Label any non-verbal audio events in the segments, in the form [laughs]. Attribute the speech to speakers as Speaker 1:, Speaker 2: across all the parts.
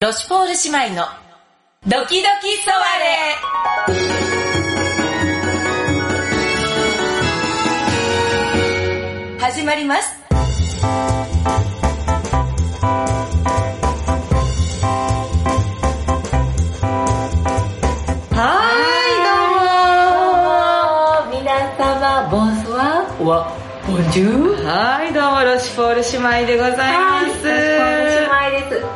Speaker 1: ロシュポール姉妹のドキドキソワレ始まります。はい、どうも皆様、ボンスワーわ、ボンジュー。
Speaker 2: はい、どうも、ロシュポール姉妹でございま
Speaker 1: はい、
Speaker 2: す。
Speaker 1: ロシュポール姉妹です。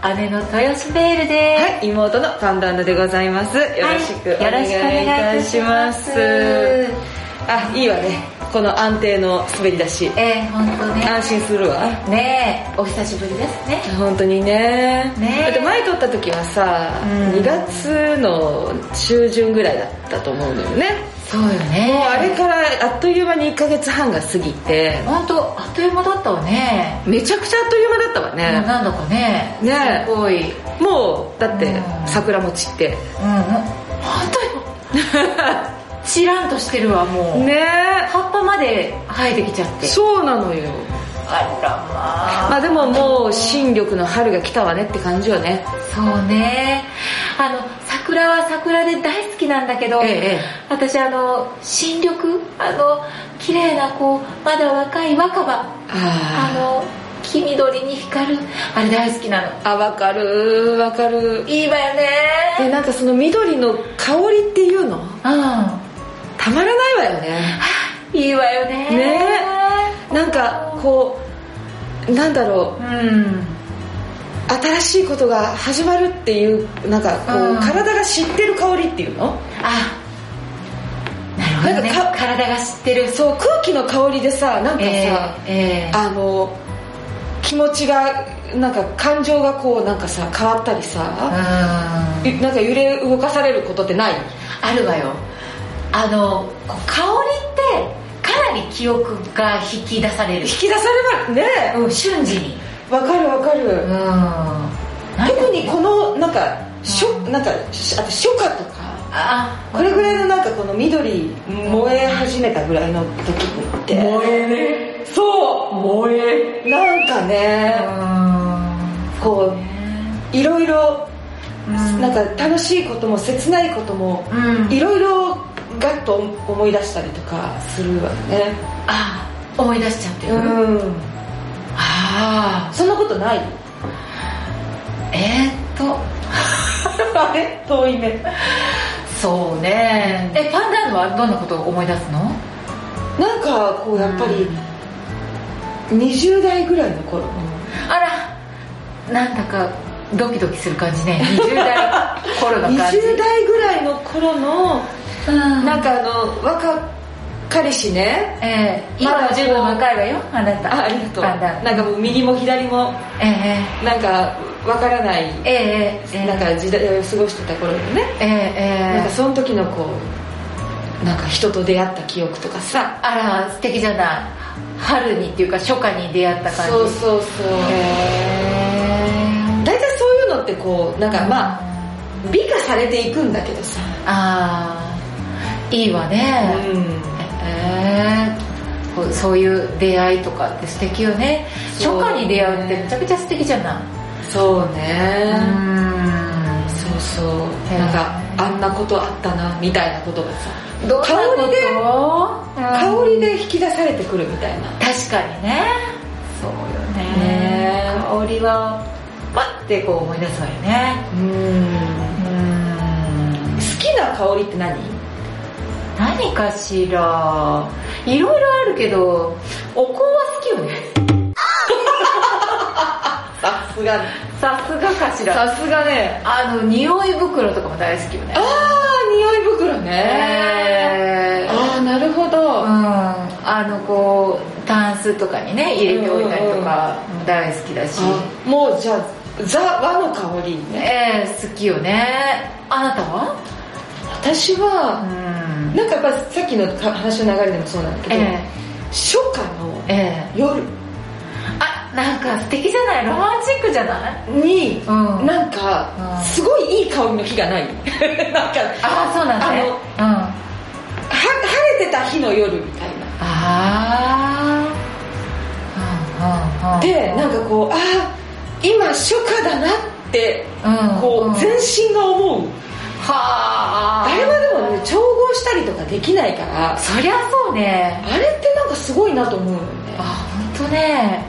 Speaker 2: はい、
Speaker 1: 姉の豊洲ベールです。
Speaker 2: はい、妹のパンダンダでございます。よろしくお願いいたします。
Speaker 1: え
Speaker 2: あ、いいわね。この安定の滑り出し。
Speaker 1: え本当ね。
Speaker 2: 安心するわ。
Speaker 1: ねえ、お久しぶりですね。
Speaker 2: 本当にね。
Speaker 1: ね
Speaker 2: だって前撮った時はさ、
Speaker 1: うん
Speaker 2: 2月の中旬ぐらいだったと思うのよね。
Speaker 1: そうよね。
Speaker 2: もうあれからあっという間に1ヶ月半が過ぎて、
Speaker 1: 本当あっという間だったわね。
Speaker 2: めちゃくちゃあっという間だったわ
Speaker 1: うん
Speaker 2: ね。
Speaker 1: なんだかね。
Speaker 2: ね
Speaker 1: すごい。うん。
Speaker 2: もう、だって
Speaker 1: うん
Speaker 2: 桜も散って。
Speaker 1: 本当よ。チランとしてるわ、もう。
Speaker 2: ね
Speaker 1: 葉っぱまで生えてきちゃって。
Speaker 2: そうなのよ
Speaker 1: あらまあ。
Speaker 2: まあでももう新緑の春が来たわねって感じよね
Speaker 1: そうね。あの、桜は桜で大好きなんだけど、
Speaker 2: え
Speaker 1: 私あの、新緑、あの、綺麗なこう、まだ若い若葉。あ
Speaker 2: あ
Speaker 1: の黄緑に光るあれ大好きなの
Speaker 2: ああわかるわかる
Speaker 1: いいわよね
Speaker 2: でなんかその緑の香りっていうの
Speaker 1: う
Speaker 2: たまらないわよね
Speaker 1: んいいわよね
Speaker 2: ねなんかこうなんだろ
Speaker 1: うん
Speaker 2: う新しいことが始まるっていうなんかこう、
Speaker 1: うん
Speaker 2: 体が知ってる香りっていうの
Speaker 1: あなるほどね
Speaker 2: なんかか
Speaker 1: 体が知ってる
Speaker 2: そう空気の香りでさなんかさ、
Speaker 1: ええええ
Speaker 2: あの気持ちがなんか感情がこうなんかさ変わったりさ、
Speaker 1: うん
Speaker 2: ゆなんか揺れ動かされることってない
Speaker 1: あるわよあのこう香りってかなり記憶が引き出される
Speaker 2: 引、き出さればね
Speaker 1: うん、瞬時に
Speaker 2: わかるわかる、
Speaker 1: うんなんか
Speaker 2: 特にこのなんか初なんかしあと初夏とか
Speaker 1: あ
Speaker 2: これぐらいのなんかこの緑燃え始めたぐらいの時って
Speaker 1: えね
Speaker 2: そ
Speaker 1: 燃え
Speaker 2: うなんか
Speaker 1: う
Speaker 2: ね
Speaker 1: ん
Speaker 2: こういろいろ
Speaker 1: うん
Speaker 2: なんか楽しいことも切ないことも
Speaker 1: うん
Speaker 2: いろいろガッと思い出したりとかするわね
Speaker 1: ああ思い出しちゃってる、あ
Speaker 2: うん
Speaker 1: あ
Speaker 2: そんなことない
Speaker 1: えー、っと
Speaker 2: あれ遠い目
Speaker 1: そうねえパンダーノはどんなことを思い出すの
Speaker 2: なんかこうやっぱり
Speaker 1: うん
Speaker 2: 20代ぐらいの頃
Speaker 1: あらなんだかドキドキする感じね20代頃の感
Speaker 2: [laughs]
Speaker 1: じ
Speaker 2: 20代ぐらいの頃の
Speaker 1: うん
Speaker 2: なんかあの若かりしね
Speaker 1: ええ今は十分若いわよあなた
Speaker 2: あありがとう
Speaker 1: パンダーノ
Speaker 2: なんかもう右も左も
Speaker 1: え
Speaker 2: なんかわからない
Speaker 1: えええええ
Speaker 2: なんか時代を過ごしてた頃のね
Speaker 1: ええ
Speaker 2: なん
Speaker 1: え
Speaker 2: か
Speaker 1: え
Speaker 2: その時のこうなんか人と出会った記憶とかさ
Speaker 1: あら素敵じゃない春にっていうか初夏に出会った感じ
Speaker 2: そうそうそう
Speaker 1: へえ
Speaker 2: 大体そういうのってこうなんかまあ美化されていくんだけどさ
Speaker 1: ああいいわね、
Speaker 2: うん
Speaker 1: えーこうそういう出会いとかって素敵よね初
Speaker 2: そう
Speaker 1: 夏に出会うってめちゃくちゃ素敵じゃない
Speaker 2: そうね
Speaker 1: う
Speaker 2: そうそう
Speaker 1: へー
Speaker 2: なんかあんなことあったなみたいなことがさ
Speaker 1: んどんな
Speaker 2: 香りで
Speaker 1: こと
Speaker 2: 香りで引き出されてくるみたいな
Speaker 1: 確かにねそうよね
Speaker 2: ね
Speaker 1: 香りはパッてこう思い出すわよね
Speaker 2: うん
Speaker 1: うん
Speaker 2: 好きな香りって何
Speaker 1: 何かしらいろいろあるけどお香は好きよ [laughs] ね
Speaker 2: さすが
Speaker 1: さすがかしら
Speaker 2: さすがね
Speaker 1: あの匂い袋とかも大好きよね
Speaker 2: ああ匂い袋ね
Speaker 1: えー
Speaker 2: ああなるほ
Speaker 1: う
Speaker 2: ど
Speaker 1: ん、あのこうタンスとかにね入れておいたりとか大好きだし、
Speaker 2: あもうじゃあザ和の香りね
Speaker 1: ええ好きよねあなたは
Speaker 2: 私は
Speaker 1: うん
Speaker 2: なんかやっぱさっきのか話の流れでもそうなんだけど、
Speaker 1: え
Speaker 2: 初夏の
Speaker 1: ええ
Speaker 2: 夜
Speaker 1: えあなんか素敵じゃないロマンチックじゃない
Speaker 2: に、
Speaker 1: うん
Speaker 2: なんか
Speaker 1: うん
Speaker 2: すごいいい香りの日がない [laughs] なんかは
Speaker 1: ああそうなんだね
Speaker 2: あの
Speaker 1: うんあ
Speaker 2: 晴れてた日の夜みたいな
Speaker 1: あーうんうんうん
Speaker 2: でなんかこうああ今初夏だなっって
Speaker 1: うん
Speaker 2: こ
Speaker 1: うん
Speaker 2: う全身が思う
Speaker 1: はあ
Speaker 2: あれはでもね調合したりとかできないから
Speaker 1: そりゃそうね
Speaker 2: あれってなんかすごいなと思うのよね
Speaker 1: あ本当ね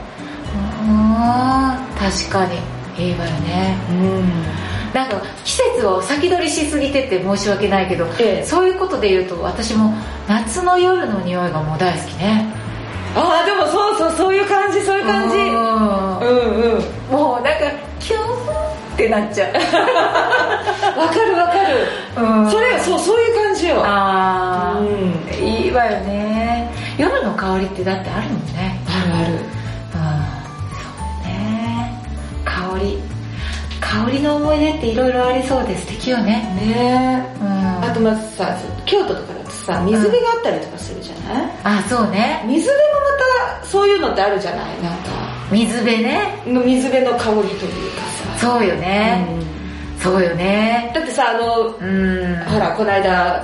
Speaker 1: うん確かにいいわよね
Speaker 2: うん
Speaker 1: なんか季節を先取りしすぎてて申し訳ないけど、
Speaker 2: ええ
Speaker 1: そういうことで言うと私も夏の夜の匂いがもう大好きね
Speaker 2: ああでもそうそうそういう感じそういう感じ
Speaker 1: うん
Speaker 2: ううんうん
Speaker 1: もうなんかキュンってなっちゃ
Speaker 2: わかるわかる
Speaker 1: う、うん
Speaker 2: それそうそういう感じよ
Speaker 1: ああ、
Speaker 2: うん
Speaker 1: いいわよね夜の香りってだってあるもんね
Speaker 2: あるある
Speaker 1: うんそうね香り香りの思い出っていろいろありそうで素敵よね
Speaker 2: ね
Speaker 1: うん
Speaker 2: あ
Speaker 1: あ
Speaker 2: とまずさ京都とかだとさ水辺があったりとかするじゃない、
Speaker 1: そうね
Speaker 2: 水辺もまたそういうのってあるじゃないなんか
Speaker 1: 水辺ね
Speaker 2: の水辺の香りというかさ
Speaker 1: そうよね、
Speaker 2: う
Speaker 1: そうよね
Speaker 2: んだってさあの
Speaker 1: うん
Speaker 2: ほらこの間、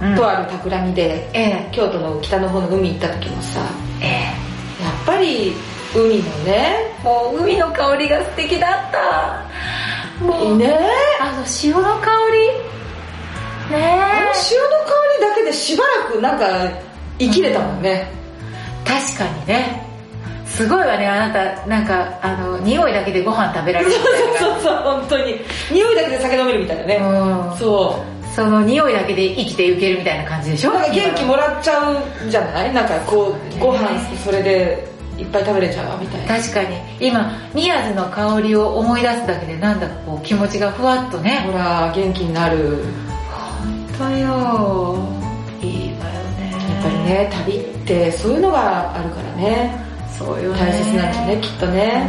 Speaker 1: うん
Speaker 2: とある企みで
Speaker 1: ええ
Speaker 2: 京都の北の方の海行った時もさや
Speaker 1: ええ
Speaker 2: っぱり海のね
Speaker 1: もう海の香りが素敵だった
Speaker 2: い
Speaker 1: も
Speaker 2: いうね
Speaker 1: あの潮の香りね
Speaker 2: あの潮の香りだけでしばらくなんか生きれたもんね、
Speaker 1: 確かにねすごいわねあなたなんかあの匂いだけでご飯食べられるみたいな
Speaker 2: そうそう本当に匂いだけで酒飲めるみたいなね、
Speaker 1: うん
Speaker 2: そ
Speaker 1: その匂いだけで生きていけるみたいな感じでし
Speaker 2: う
Speaker 1: ょ
Speaker 2: なんか元気もらっちゃうじゃないなんかこうご飯それでいっぱい食べれちゃうわみたいな
Speaker 1: 確かに今宮津の香りを思い出すだけでなんだかこう気持ちがふわっとね
Speaker 2: ほら元気になる
Speaker 1: 本当よいいわよね
Speaker 2: やっぱりね旅ってそういうのがあるからね
Speaker 1: そうよね
Speaker 2: 大切なんだよねきっと
Speaker 1: う
Speaker 2: ね
Speaker 1: ん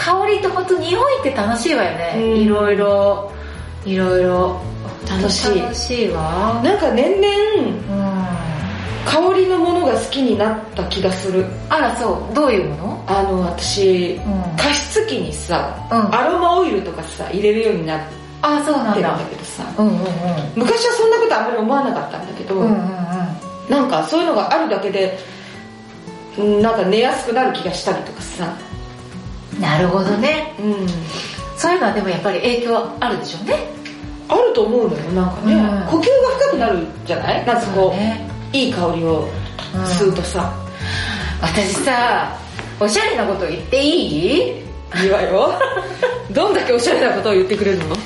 Speaker 1: 香りと本当匂いって楽しいわよね、
Speaker 2: うん
Speaker 1: いろいろいろいろ
Speaker 2: 楽しい
Speaker 1: 楽しいわ
Speaker 2: なんか年々
Speaker 1: うん
Speaker 2: 香りのものが好きになった気がする
Speaker 1: あらそうどういうもの
Speaker 2: あの私
Speaker 1: うん、うん、
Speaker 2: 加湿器にさ
Speaker 1: あ
Speaker 2: アロマオイルとかさ入れるようになって
Speaker 1: あそうな
Speaker 2: る
Speaker 1: ん
Speaker 2: んだ
Speaker 1: だ
Speaker 2: けどさ
Speaker 1: うんうんうん
Speaker 2: 昔はそんなことあんまり思わなかったんだけど、
Speaker 1: うんうんうん
Speaker 2: なんかそういうのがあるだけでうんなんか寝やすくなる気がしたりとかさ、
Speaker 1: なるほどね
Speaker 2: うん、
Speaker 1: そういうのはでもやっぱり影響あるでしょうね
Speaker 2: あると思うのよなんかね、
Speaker 1: うん
Speaker 2: 呼吸が深くなるじゃないなんかこう
Speaker 1: ね
Speaker 2: いい香りを
Speaker 1: うん
Speaker 2: 吸うとさ、
Speaker 1: 私さおしゃれなこと言っていい
Speaker 2: いいわ [laughs] よどんだけおしゃれなことを言ってくれるの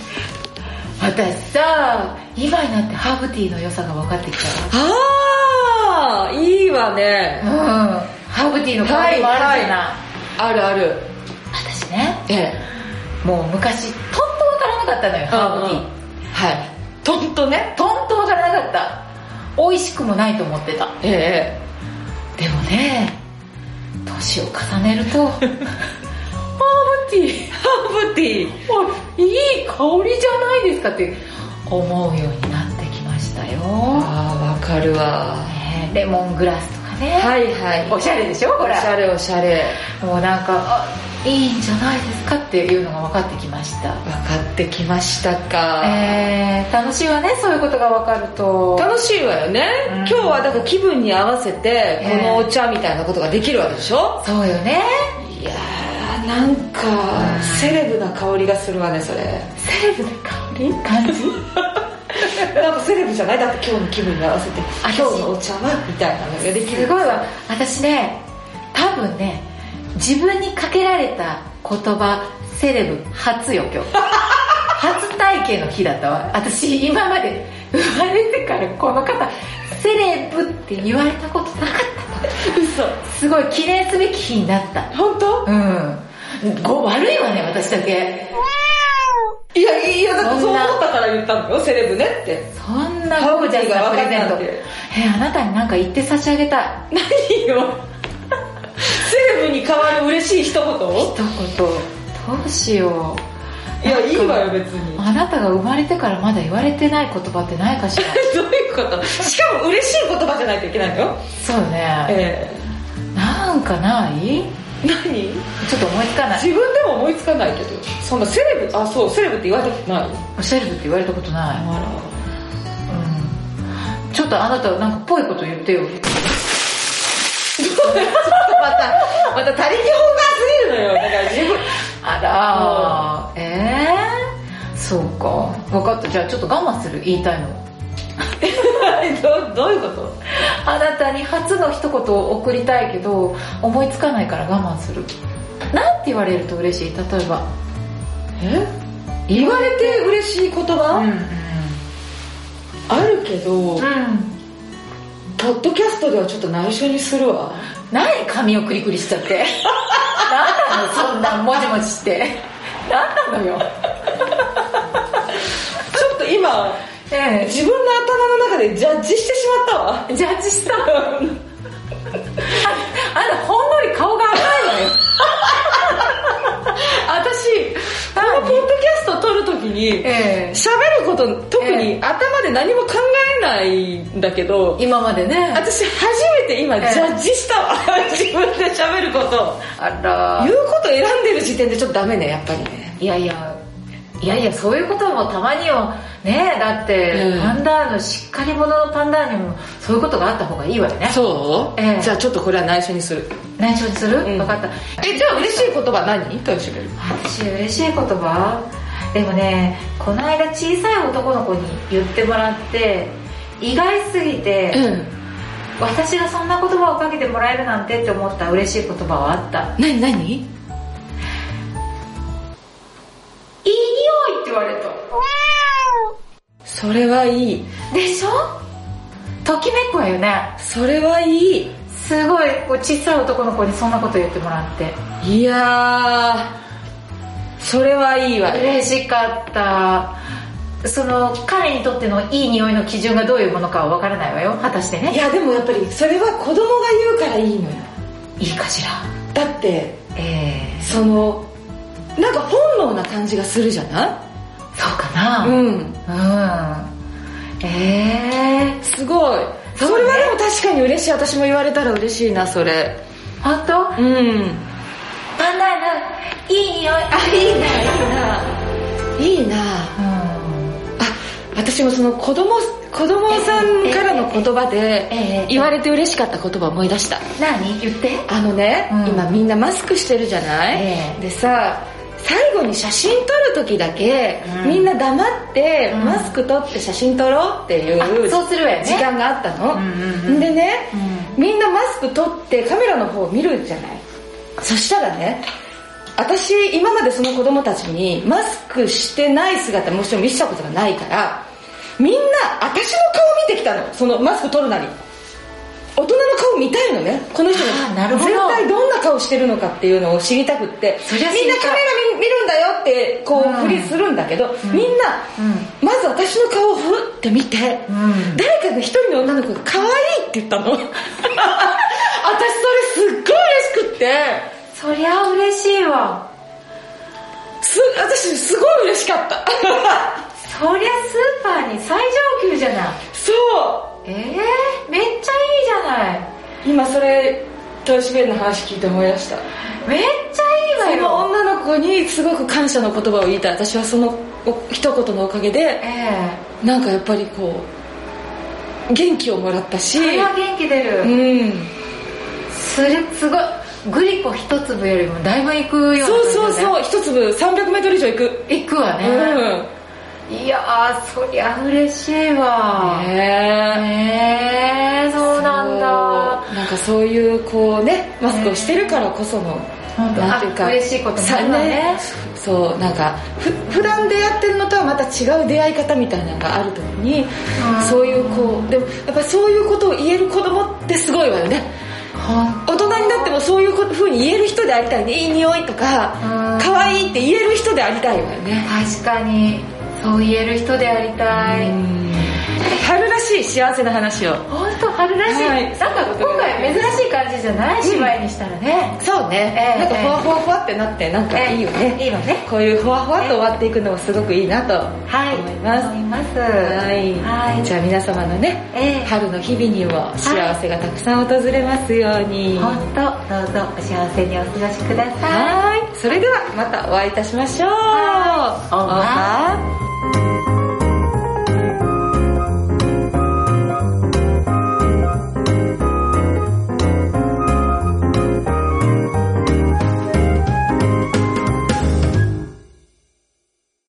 Speaker 1: 私さ今になってハーブティーの良さが分かってきたわ
Speaker 2: ああいいわ
Speaker 1: う
Speaker 2: ね
Speaker 1: んハーブティーの香りもあるじゃない、
Speaker 2: あるある
Speaker 1: 私ね
Speaker 2: ええ
Speaker 1: もう昔とんと分からなかったのよハーブティー、
Speaker 2: はいとんとね
Speaker 1: とんと分からなかった美味しくもないと思ってた
Speaker 2: ええ
Speaker 1: でもね年を重ねると [laughs] ハーブティー
Speaker 2: ハーブティー
Speaker 1: おいい香りじゃないですかって思うようになってきましたよ、
Speaker 2: ああわかるわ
Speaker 1: ねレモングラスとかね、
Speaker 2: はいはい
Speaker 1: おしゃれでしょほ
Speaker 2: お
Speaker 1: ら
Speaker 2: しゃれおしゃれ
Speaker 1: もうなんかあいいんじゃないですかっていうのが分かってきました
Speaker 2: 分かってきましたか、
Speaker 1: えー、楽しいわねそういうことが分かると
Speaker 2: 楽しいわよね、
Speaker 1: うん
Speaker 2: 今日はだから気分に合わせてこ
Speaker 1: え
Speaker 2: のお茶みたいなことができるわけでしょ、
Speaker 1: そうよね
Speaker 2: いやーなんかセレブな香りがするわねそれ
Speaker 1: セレブな香り感じ
Speaker 2: なんかセレブじゃないだって今日の気分に合わせて今
Speaker 1: 私
Speaker 2: 日のお茶はみたいなのができる
Speaker 1: すごいわ私ね多分ね自分にかけられた言葉セレブ初よ今日
Speaker 2: [laughs]
Speaker 1: 初体験の日だったわ私今まで生まれてからこの方セレブって言われたことなかった
Speaker 2: 嘘
Speaker 1: すごい記念すべき日になった
Speaker 2: 本当
Speaker 1: うんご悪いわね私だけ
Speaker 2: いやいやだってそう思ったから言ったのよセレブねって
Speaker 1: そんなゴージャスなプレゼン
Speaker 2: ハーブティーが分かんな
Speaker 1: ト
Speaker 2: いって
Speaker 1: えあなたになんか言って差し上げたい
Speaker 2: 何
Speaker 1: [laughs]
Speaker 2: よセレブに変わる嬉しい一
Speaker 1: 一言どうしよう
Speaker 2: 言いやいいわ
Speaker 1: なん
Speaker 2: よ
Speaker 1: か
Speaker 2: 別に
Speaker 1: あなたが生まれてからまだ言われてない言葉ってないかしら
Speaker 2: [laughs] どういうことしかも嬉しい言葉じゃないといけないのよ
Speaker 1: [laughs] そうね
Speaker 2: え
Speaker 1: なんかない
Speaker 2: え何
Speaker 1: ちょっと思いつか [laughs] ない
Speaker 2: 自分でも思いつかないけどそんなセレブあそうセレブって言われたこと [laughs] ない
Speaker 1: セレブって言われたことない、うん、ちょっとあなたなんかっぽいこと言ってよ
Speaker 2: またまた他力本願すぎるのよだから自分
Speaker 1: あらーえー、そうか分かったじゃあちょっと我慢する言いたいの
Speaker 2: [laughs] どどういうこと
Speaker 1: あなたに初の一言を送りたいけど思いつかないから我慢するなんて言われると嬉しい例えば
Speaker 2: え言われて嬉しい言葉、あるけど、
Speaker 1: うん
Speaker 2: ポッドキャストではちょっと内緒にするわ
Speaker 1: 何髪をクリクリしちゃって [laughs] 何なのそんなもじもじして何なのよ
Speaker 2: ちょっと今
Speaker 1: え
Speaker 2: 自分の頭の中でジャッジしてしまったわ
Speaker 1: えジャッジしたあ [laughs] あなたほんのり顔が赤いのよ私
Speaker 2: このポッドキャストを撮るときに
Speaker 1: ええ
Speaker 2: 喋ること特
Speaker 1: え
Speaker 2: に頭で何も考えないんだけど
Speaker 1: 今までね
Speaker 2: 私初めて今
Speaker 1: ええ
Speaker 2: ジャッジしたわ [laughs] 自分で喋ること
Speaker 1: あら
Speaker 2: 言うこと選んでる時点でちょっとダメねやっぱりね
Speaker 1: いやいやいやいやそういうこともたまにはねだって、
Speaker 2: うん
Speaker 1: パンダーのしっかり者のパンダーにもそういうことがあった方がいいわよね
Speaker 2: そう、
Speaker 1: ええ
Speaker 2: じゃあちょっとこれは内緒にする
Speaker 1: 内緒にする、
Speaker 2: うん
Speaker 1: 分かった
Speaker 2: えじゃあ嬉しい言葉何と一緒に
Speaker 1: 私嬉しい言葉でもねこの間小さい男の子に言ってもらって意外すぎて、
Speaker 2: うん
Speaker 1: 私がそんな言葉をかけてもらえるなんてって思った嬉しい言葉はあった
Speaker 2: 何何
Speaker 1: いい匂いって言われた
Speaker 2: それはいい
Speaker 1: でしょときめくわよね
Speaker 2: それはいい
Speaker 1: すごいこう小さい男の子にそんなこと言ってもらって
Speaker 2: いやーそれはいいわ
Speaker 1: 嬉しかったその彼にとってのいい匂いの基準がどういうものかは分からないわよ果たして
Speaker 2: い
Speaker 1: ね
Speaker 2: やでもやっぱりそれは子供が言うからいいのよ
Speaker 1: いいかしら
Speaker 2: だって
Speaker 1: え
Speaker 2: そのなんか本能な感じがするじゃな
Speaker 1: ー、そうかないうん、
Speaker 2: ん
Speaker 1: え
Speaker 2: すごいそ
Speaker 1: そうね
Speaker 2: れはでも確かに嬉しい私も言われたら嬉しいなそれ
Speaker 1: ー、本当
Speaker 2: うん
Speaker 1: パンダーのいい匂いあ
Speaker 2: いいないいないいな
Speaker 1: うん
Speaker 2: あ私もその子供子供さんからの言葉
Speaker 1: ええええ
Speaker 2: で言われて嬉しかった言葉思い出した
Speaker 1: 何言って
Speaker 2: あのね、
Speaker 1: うん
Speaker 2: 今みんなマスクしてるじゃない、
Speaker 1: ええ
Speaker 2: でさ最後に写真撮る時だけ、
Speaker 1: うん
Speaker 2: みんな黙って、
Speaker 1: うん
Speaker 2: マスク取って写真撮ろうってい
Speaker 1: あ
Speaker 2: う
Speaker 1: そうするわよね
Speaker 2: 時間があったの、
Speaker 1: うんうんうん
Speaker 2: でね、みんなマスク取ってカメラの方を見るじゃないそしたらね私今までその子供たちにマスクしてない姿もちろん見せたことがないからみんな私の顔見てきたのそのマスク取るなり大人の顔見たいのねこの人
Speaker 1: あーな
Speaker 2: が
Speaker 1: るほど
Speaker 2: 絶対どんな顔してるのかっていうのを知りたくって
Speaker 1: そりゃ知りたい
Speaker 2: みんなカメラ見見るんだよってこ
Speaker 1: うん
Speaker 2: うふりするんだけど、みんな、
Speaker 1: う
Speaker 2: まず私の顔をふって見て、
Speaker 1: ん
Speaker 2: 誰かが一人の女の子が可愛いって言ったの [laughs] 私それすっごい嬉しくって
Speaker 1: そりゃ嬉しいわ
Speaker 2: す私すごい嬉しかった [laughs]
Speaker 1: そりゃスーパーに最上級じゃない
Speaker 2: そう
Speaker 1: えー、めっちゃいいじゃない
Speaker 2: 今それ豊島園の話聞いて思い出した
Speaker 1: めっちゃい
Speaker 2: そ
Speaker 1: い
Speaker 2: の
Speaker 1: わよ
Speaker 2: 女の子にすごく感謝の言葉を言いたい私はそのお一言のおかげで
Speaker 1: え
Speaker 2: なんかやっぱりこう元気をもらったし
Speaker 1: えそれは元気出る、
Speaker 2: うん
Speaker 1: それすごいグリコ一粒よりもだいぶいくような
Speaker 2: そうそう
Speaker 1: う
Speaker 2: そう一粒 300m 以上いく
Speaker 1: いくわ
Speaker 2: う
Speaker 1: ね、
Speaker 2: ん
Speaker 1: いやーそりゃ嬉しいわへ
Speaker 2: へえ
Speaker 1: えそうなんだ
Speaker 2: そうなんかそういうこうねマスクをしてるからこその
Speaker 1: 本当
Speaker 2: なんていうか
Speaker 1: あ嬉しいこともあるわね
Speaker 2: そうなんかふ普段出会ってるのとはまた違う出会い方みたいなのがある時に
Speaker 1: うん
Speaker 2: そういうこうでもやっぱりそういうことを言える子供ってすごいわよね
Speaker 1: 本
Speaker 2: 大人になってもそういうふうに言える人でありたいねいい匂いとか
Speaker 1: うん
Speaker 2: 可愛いって言える人でありたいわよね
Speaker 1: 確かにそう言える人でありたい、
Speaker 2: 春らしい幸せな話を
Speaker 1: 本当春らしい、
Speaker 2: はい
Speaker 1: なんか今回珍しい感じじゃない芝居にしたらね、
Speaker 2: そうね、
Speaker 1: ええ
Speaker 2: なんかふわふわふわってなってなんかいいよね、
Speaker 1: いいわね
Speaker 2: こういうふわふわと終わっていくのもすごくいいなと思
Speaker 1: はい
Speaker 2: います、
Speaker 1: 思います
Speaker 2: はい、
Speaker 1: はい
Speaker 2: じゃあ皆様のね、
Speaker 1: ええ
Speaker 2: 春の日々にも幸せがたくさん訪れますように
Speaker 1: 本
Speaker 2: は
Speaker 1: 当どうぞお幸せにお過ごしください
Speaker 2: いそれではまたお会いいたしましょう、
Speaker 1: は